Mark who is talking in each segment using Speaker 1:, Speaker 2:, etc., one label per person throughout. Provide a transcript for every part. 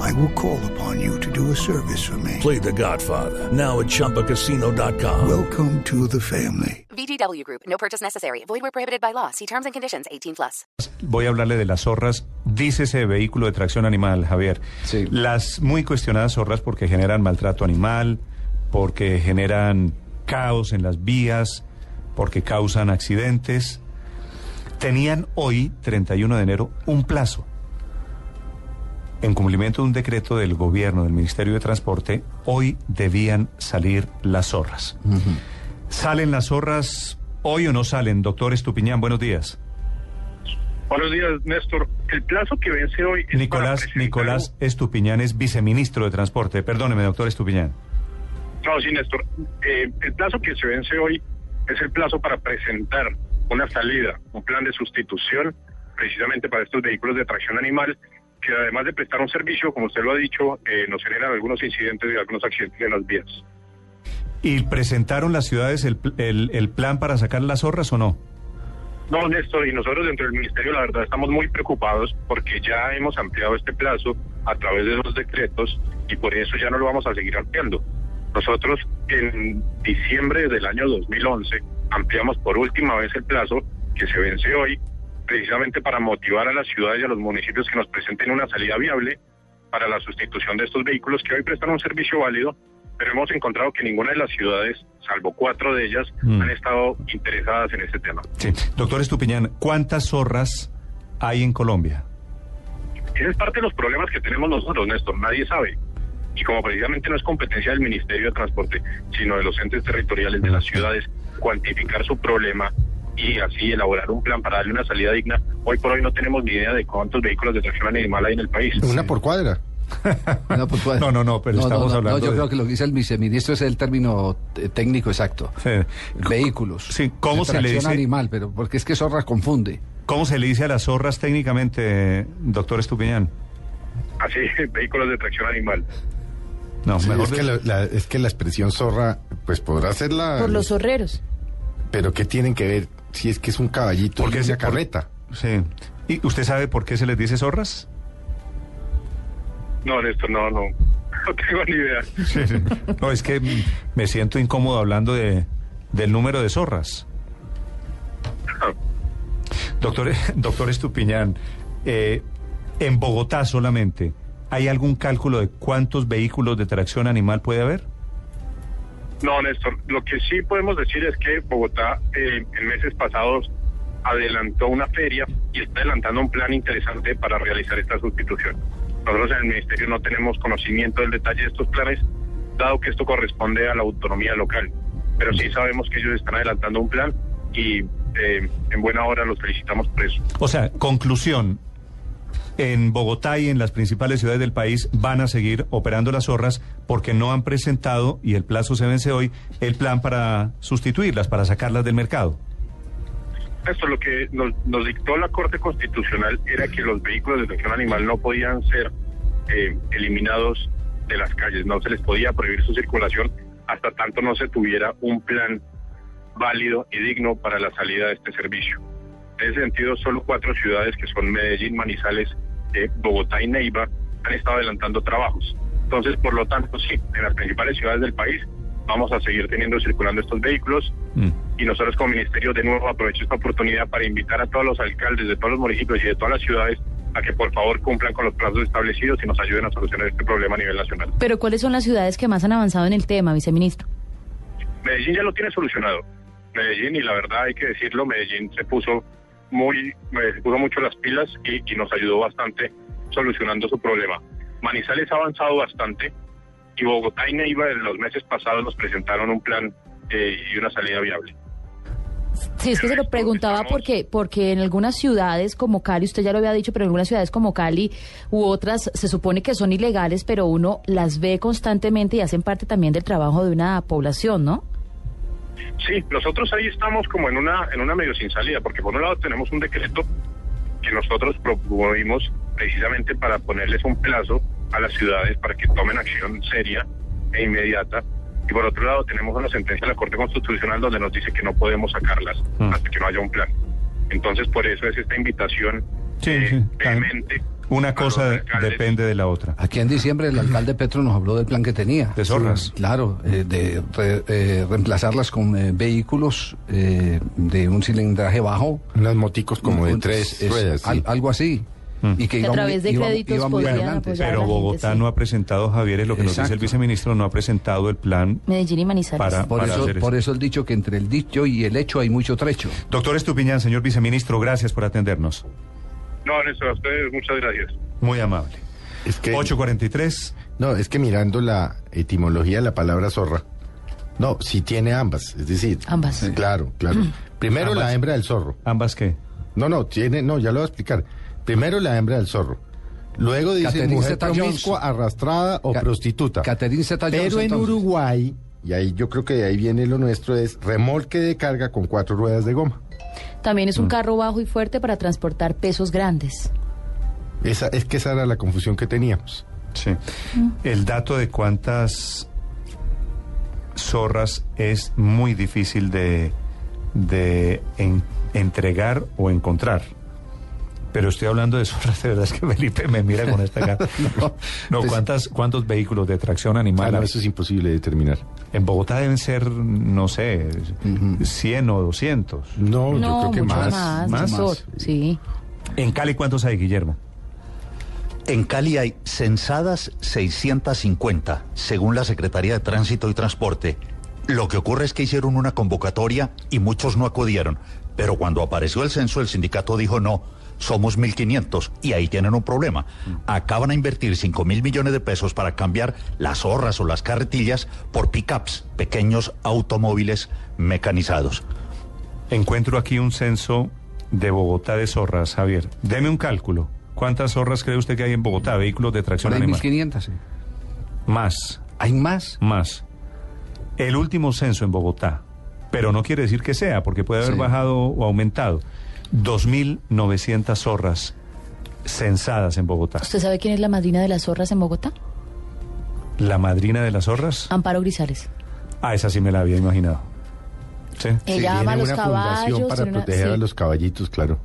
Speaker 1: I will call upon you to do a service for me.
Speaker 2: Play the Godfather, now at Chumpacasino.com.
Speaker 1: Welcome to the family.
Speaker 3: VGW Group. No purchase necessary. Void where prohibited by law. See terms and conditions. 18 plus.
Speaker 4: Voy a hablarle de las zorras, dice ese vehículo de tracción animal, Javier.
Speaker 5: Sí.
Speaker 4: Las muy cuestionadas zorras porque generan maltrato animal, porque generan caos en las vías, porque causan accidentes. Tenían hoy, 31 de enero, un plazo. En cumplimiento de un decreto del gobierno, del Ministerio de Transporte, hoy debían salir las zorras. ¿Salen las zorras hoy o no salen? Doctor Estupiñán, buenos días.
Speaker 6: Buenos días, Néstor. El plazo que vence hoy es
Speaker 4: Nicolás,
Speaker 6: para presentar-
Speaker 4: Nicolás Estupiñán es viceministro de Transporte. Perdóneme, doctor Estupiñán.
Speaker 6: No, sí, Néstor. Eh, el plazo que se vence hoy es el plazo para presentar una salida, un plan de sustitución, precisamente para estos vehículos de tracción animal, que además de prestar un servicio, como usted lo ha dicho, eh, nos generan algunos incidentes y algunos accidentes en las vías.
Speaker 4: ¿Y presentaron las ciudades el, pl- el- el plan para sacar las zorras o no?
Speaker 6: No, Néstor, y nosotros dentro del Ministerio, la verdad, estamos muy preocupados porque ya hemos ampliado este plazo a través de los decretos y por eso ya no lo vamos a seguir ampliando. Nosotros en diciembre del año 2011 ampliamos por última vez el plazo que se vence hoy precisamente para motivar a las ciudades y a los municipios que nos presenten una salida viable para la sustitución de estos vehículos que hoy prestan un servicio válido, pero hemos encontrado que ninguna de las ciudades, salvo cuatro de ellas,
Speaker 4: Mm.
Speaker 6: han estado interesadas en este tema.
Speaker 4: Sí. Doctor Estupiñán, ¿cuántas zorras hay en Colombia?
Speaker 6: Ese es parte de los problemas que tenemos nosotros, Néstor. Nadie sabe. Y como precisamente no es competencia del Ministerio de Transporte, sino de los entes territoriales de las ciudades, cuantificar su problema y así elaborar un plan para darle una salida digna, hoy por hoy no tenemos ni idea de cuántos vehículos de tracción animal hay en el país.
Speaker 5: Una por cuadra. Una por cuadra.
Speaker 4: No, no, no, pero estamos hablando de-
Speaker 5: yo creo que lo que dice el viceministro es el término eh, técnico exacto.
Speaker 4: Sí.
Speaker 5: Vehículos.
Speaker 4: Sí, ¿cómo
Speaker 5: de
Speaker 4: se le
Speaker 5: tracción
Speaker 4: dice?
Speaker 5: animal, pero porque es que zorra confunde.
Speaker 4: ¿Cómo se le dice a las zorras técnicamente, doctor Estupiñán?
Speaker 6: Así, vehículos de tracción animal.
Speaker 4: No,
Speaker 7: Sí,
Speaker 4: mejor
Speaker 7: es, que
Speaker 4: de-
Speaker 7: la, la- es que la expresión zorra, pues podrá ser la...
Speaker 8: Por los zorreros.
Speaker 7: Pero ¿qué tienen que ver si es que es un caballito
Speaker 4: Porque
Speaker 7: y
Speaker 4: es-
Speaker 7: una carreta?
Speaker 4: Sí. ¿Y usted sabe por qué se les dice zorras?
Speaker 6: No, Néstor, no, no. No tengo ni idea.
Speaker 4: No, es que mm, me siento incómodo hablando de, del número de zorras. Doctor, doctor Estupiñán, eh, en Bogotá solamente, ¿hay algún cálculo de cuántos vehículos de tracción animal puede haber?
Speaker 6: No, Néstor, lo que sí podemos decir es que Bogotá eh, en meses pasados adelantó una feria y está adelantando un plan interesante para realizar esta sustitución. Nosotros en el Ministerio no tenemos conocimiento del detalle de estos planes, dado que esto corresponde a la autonomía local, pero sí sabemos que ellos están adelantando un plan y eh, en buena hora los felicitamos por eso.
Speaker 4: O sea, conclusión, en Bogotá y en las principales ciudades del país van a seguir operando las zorras porque no han presentado, y el plazo se vence hoy, el plan para sustituirlas, para sacarlas del mercado.
Speaker 6: Esto lo que nos, nos dictó la Corte Constitucional era que los vehículos de tracción animal no podían ser eh, eliminados de las calles, no se les podía prohibir su circulación hasta tanto no se tuviera un plan válido y digno para la salida de este servicio. En ese sentido, solo cuatro ciudades, que son Medellín, Manizales, eh, Bogotá y Neiva, han estado adelantando trabajos. Entonces, por lo tanto, sí, en las principales ciudades del país vamos a seguir teniendo circulando estos vehículos
Speaker 4: Mm.
Speaker 6: y nosotros como ministerio de nuevo aprovecho esta oportunidad para invitar a todos los alcaldes de todos los municipios y de todas las ciudades a que por favor cumplan con los plazos establecidos y nos ayuden a solucionar este problema a nivel nacional.
Speaker 8: Pero ¿cuáles son las ciudades que más han avanzado en el tema, viceministro?
Speaker 6: Medellín ya lo tiene solucionado. Medellín, y la verdad hay que decirlo, Medellín se puso muy, eh, se puso mucho las pilas y, y nos ayudó bastante solucionando su problema. Manizales ha avanzado bastante y Bogotá y Neiva en los meses pasados nos presentaron un plan eh, y una salida viable.
Speaker 8: Sí, es que se lo preguntaba porque, porque en algunas ciudades como Cali, usted ya lo había dicho, pero en algunas ciudades como Cali u otras se supone que son ilegales, pero uno las ve constantemente y hacen parte también del trabajo de una población, ¿no?
Speaker 6: Sí, nosotros ahí estamos como en una, en una medio sin salida, porque por un lado tenemos un decreto que nosotros promovimos precisamente para ponerles un plazo a las ciudades para que tomen acción seria e inmediata. Y por otro lado tenemos una sentencia de la Corte Constitucional donde nos dice que no podemos sacarlas
Speaker 4: Mm.
Speaker 6: hasta que no haya un plan. Entonces por eso es esta invitación
Speaker 4: Sí,
Speaker 6: eh,
Speaker 4: sí, claro.
Speaker 6: vehemente. a
Speaker 4: Una
Speaker 6: los
Speaker 4: cosa
Speaker 6: alcaldes.
Speaker 4: depende de la otra.
Speaker 5: Aquí en diciembre el alcalde Petro nos habló del plan que tenía.
Speaker 4: De zorras.
Speaker 5: Sí, Claro, eh, de re- eh, reemplazarlas con eh, vehículos eh, de un cilindraje bajo.
Speaker 7: Unas moticos como de
Speaker 5: Un-
Speaker 7: tres
Speaker 5: es-
Speaker 7: ruedas. sí. Ah,
Speaker 5: al- algo así.
Speaker 4: Mm.
Speaker 5: Y que
Speaker 8: Que a
Speaker 5: iba
Speaker 8: través de
Speaker 5: iba-
Speaker 8: créditos
Speaker 5: iba muy
Speaker 8: podían
Speaker 5: adelante.
Speaker 8: apoyar.
Speaker 4: Pero
Speaker 8: la gente,
Speaker 4: Bogotá
Speaker 8: sí.
Speaker 4: no ha presentado, Javier, es lo que nos dice
Speaker 5: Exacto.
Speaker 4: el viceministro, no ha presentado el plan.
Speaker 8: Medellín y Manizales.
Speaker 4: Para-
Speaker 5: Por eso,
Speaker 4: hacer eso.
Speaker 5: por eso el dicho que entre el dicho y el hecho hay mucho trecho.
Speaker 4: Doctor Estupiñán, señor viceministro, gracias por atendernos.
Speaker 6: No, Néstor, a ustedes muchas gracias.
Speaker 4: Muy amable.
Speaker 7: Es que,
Speaker 4: 843.
Speaker 7: no, es que mirando la etimología de la palabra zorra, no, sí tiene ambas, es decir,
Speaker 8: Ambas. Mm. Sí.
Speaker 7: Claro, claro. Primero
Speaker 4: Ambas.
Speaker 7: la hembra del zorro.
Speaker 4: ¿Ambas qué?
Speaker 7: No, no, tiene, no, ya lo voy a explicar. Primero la hembra del zorro. Luego dice
Speaker 5: Catherine
Speaker 7: mujer
Speaker 5: Zeta-Jones.
Speaker 7: promiscua, arrastrada o
Speaker 5: Ca-
Speaker 7: prostituta.
Speaker 5: Catherine Zeta-Jones,
Speaker 7: Pero en
Speaker 5: entonces.
Speaker 7: Uruguay, y ahí yo creo que de ahí viene lo nuestro, es remolque de carga con cuatro ruedas de goma.
Speaker 8: También
Speaker 7: Mm.
Speaker 8: es un carro bajo y fuerte para transportar pesos grandes.
Speaker 7: Esa, es que esa era la confusión que teníamos.
Speaker 4: Sí.
Speaker 7: Mm.
Speaker 4: El dato de cuántas zorras es muy difícil de, de en- entregar o encontrar. Pero estoy hablando de zorras, de verdad es que Felipe me mira con esta cara. No,
Speaker 7: pues-
Speaker 4: ¿cuántas, ¿cuántos vehículos de tracción animal
Speaker 7: Ah, no,
Speaker 4: hay?
Speaker 7: eso es imposible de determinar.
Speaker 4: En Bogotá deben ser, no sé, 100 o 200.
Speaker 7: No, Oh, yo
Speaker 8: no,
Speaker 7: creo que
Speaker 8: mucho
Speaker 7: más.
Speaker 8: más,
Speaker 4: más.
Speaker 8: doctor. Sí.
Speaker 4: ¿En Cali cuántos hay, Guillermo?
Speaker 9: En Cali hay censadas 650, según la Secretaría de Tránsito y Transporte. Lo que ocurre es que hicieron una convocatoria y muchos no acudieron. Pero cuando apareció el censo, el sindicato dijo no. Somos 1.500 y ahí tienen un problema. Acaban a invertir 5 mil millones de pesos para cambiar las zorras o las carretillas por pickups, pequeños automóviles mecanizados.
Speaker 4: Encuentro aquí un censo de Bogotá de zorras, Javier. Deme un cálculo. ¿Cuántas zorras cree usted que hay en Bogotá, vehículos de tracción
Speaker 5: Por ahí
Speaker 4: animal?
Speaker 5: 1500. sí.
Speaker 4: Más,
Speaker 5: ¿Hay más?
Speaker 4: más. El último censo en Bogotá, pero no quiere decir que sea, porque puede haber
Speaker 5: Sí.
Speaker 4: bajado o aumentado. 2.900 zorras censadas en Bogotá.
Speaker 8: ¿Usted sabe quién es la madrina de las zorras en Bogotá?
Speaker 4: ¿La madrina de las zorras?
Speaker 8: Amparo Grisales.
Speaker 4: Ah, esa sí me la había imaginado. ¿Sí?
Speaker 7: Sí,
Speaker 8: Ella ama a
Speaker 7: tiene
Speaker 8: los
Speaker 7: una
Speaker 8: caballos.
Speaker 7: fundación para
Speaker 8: tiene una-
Speaker 7: proteger a
Speaker 8: sí.
Speaker 7: los caballitos, claro.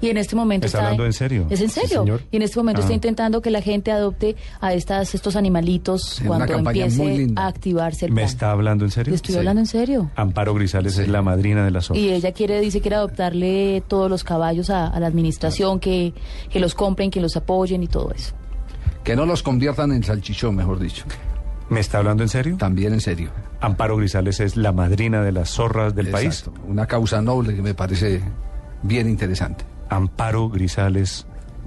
Speaker 8: Y en este momento
Speaker 4: ¿Está
Speaker 8: está
Speaker 4: hablando en serio?
Speaker 8: Es en
Speaker 7: Sí,
Speaker 8: serio.
Speaker 7: señor.
Speaker 8: Y en este momento está
Speaker 4: Ah.
Speaker 8: intentando que la gente adopte a estas estos animalitos
Speaker 5: Es una
Speaker 8: cuando
Speaker 5: campaña muy
Speaker 8: empiece
Speaker 5: linda.
Speaker 8: a activarse el
Speaker 4: ¿Me
Speaker 8: plan.
Speaker 4: está hablando en serio?
Speaker 8: Le Eh, estoy hablando en serio.
Speaker 4: Amparo Grisales es la madrina de las zorras.
Speaker 8: Y ella quiere, dice, quiere adoptarle todos los caballos a, a la administración, que, que los compren, que los apoyen y todo eso.
Speaker 5: Que no los conviertan en salchichón, mejor dicho.
Speaker 4: ¿Me está hablando en serio?
Speaker 5: También en serio.
Speaker 4: Amparo Grisales es la madrina de las zorras del
Speaker 5: Exacto. Una causa noble que me parece bien interesante.
Speaker 4: país. Amparo Grisales.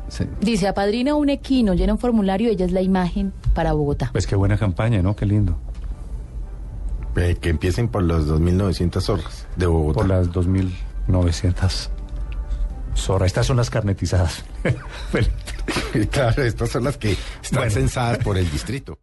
Speaker 5: Sí.
Speaker 8: Dice, apadrina un equino, llena un formulario, ella es la imagen para Bogotá.
Speaker 4: Pues qué buena campaña, ¿no? Qué lindo.
Speaker 7: Eh, que empiecen por las 2.900 zorras de Bogotá.
Speaker 4: Por las 2.900 zorras. Estas son las carnetizadas. Felipe.
Speaker 7: claro, estas son las que están
Speaker 4: Bueno.
Speaker 7: censadas por el distrito.